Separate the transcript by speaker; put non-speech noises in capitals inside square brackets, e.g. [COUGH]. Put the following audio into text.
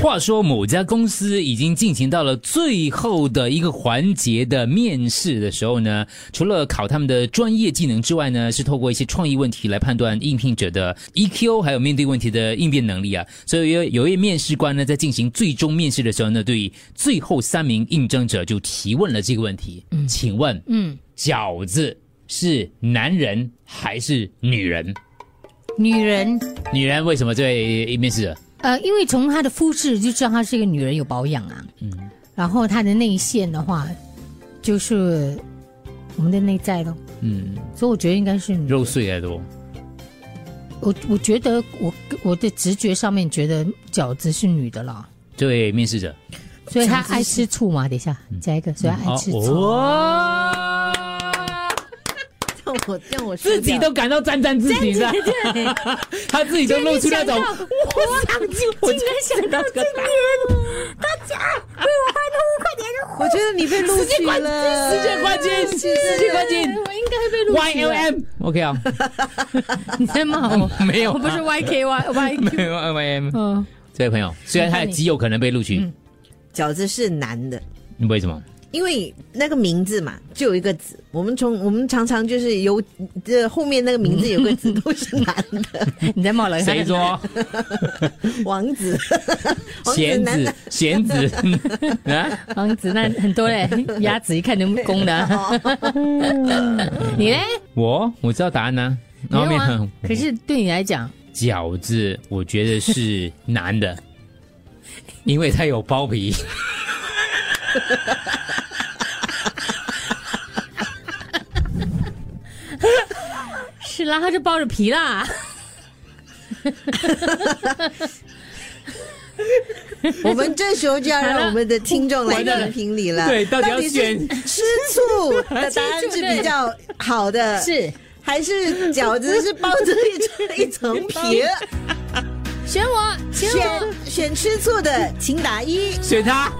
Speaker 1: 话说，某家公司已经进行到了最后的一个环节的面试的时候呢，除了考他们的专业技能之外呢，是透过一些创意问题来判断应聘者的 EQ，还有面对问题的应变能力啊。所以有有一位面试官呢，在进行最终面试的时候呢，对最后三名应征者就提问了这个问题：请问
Speaker 2: 嗯，
Speaker 1: 饺子是男人还是女人？
Speaker 2: 女人，
Speaker 1: 女人为什么最面试者？
Speaker 2: 呃，因为从她的肤质就知道她是一个女人，有保养啊。嗯。然后她的内线的话，就是我们的内在咯。
Speaker 1: 嗯，
Speaker 2: 所以我觉得应该是女
Speaker 1: 肉碎还多。
Speaker 2: 我我觉得我我的直觉上面觉得饺子是女的啦，
Speaker 1: 这位面试者。
Speaker 2: 所以她
Speaker 3: 饺子是
Speaker 2: 爱吃醋嘛。等一下
Speaker 1: 嗯
Speaker 2: 加一个，所以
Speaker 1: 啊
Speaker 2: 她爱吃醋。
Speaker 1: 哦，
Speaker 3: 让我让我说
Speaker 1: 自己都感到沾沾自喜的，他自己都露出那种，
Speaker 2: 啊
Speaker 3: 掉，竟然想到今年，大家为我欢呼，快点！我觉得你被 [LAUGHS] 录取了，
Speaker 1: 世界冠军，世界冠军
Speaker 2: 我应该被录啊
Speaker 1: ，Y L M。OK 啊，
Speaker 2: 你在骂我？
Speaker 1: 没有啊，
Speaker 2: 我
Speaker 1: [LAUGHS]
Speaker 2: 不是 Y K Y Y
Speaker 1: 没有啊 Y M。
Speaker 2: 嗯，
Speaker 1: 这位朋友，虽然他极有可能被录取，
Speaker 3: 饺子是男的。
Speaker 1: 为什么？
Speaker 3: 因为那个名字嘛，就有一个字。我们从我们常常就是有这后面那个名字有个字都是男 [LAUGHS] 的，
Speaker 2: 你在骂人？
Speaker 1: 谁说
Speaker 3: 王 [LAUGHS] 子，
Speaker 1: [LAUGHS]
Speaker 3: 王子
Speaker 1: 弦
Speaker 3: 男
Speaker 1: 子
Speaker 3: 的。
Speaker 1: 弦子 [LAUGHS] 啊？
Speaker 2: 王子那很
Speaker 1: [LAUGHS]
Speaker 2: 多嘞，鸭子一看就公的啊。你嘞？
Speaker 1: 我我知道答案呢，哦然后
Speaker 2: 没
Speaker 1: 面
Speaker 2: 有啊。可是对你来讲，
Speaker 1: 饺子，我觉得是男的，因为他有包皮。
Speaker 2: 是啦，他就包着皮啦。
Speaker 3: 我们这时候就要让我们的听众来评评理了。
Speaker 1: 对到底要
Speaker 3: 是
Speaker 1: 选
Speaker 3: 吃醋 [LAUGHS] 的答案是比较好的，
Speaker 2: 是
Speaker 3: 还是饺子是包着 [LAUGHS] 一一层皮？
Speaker 2: 选我，选我。
Speaker 3: 选选吃醋的，请打一。
Speaker 1: 选他。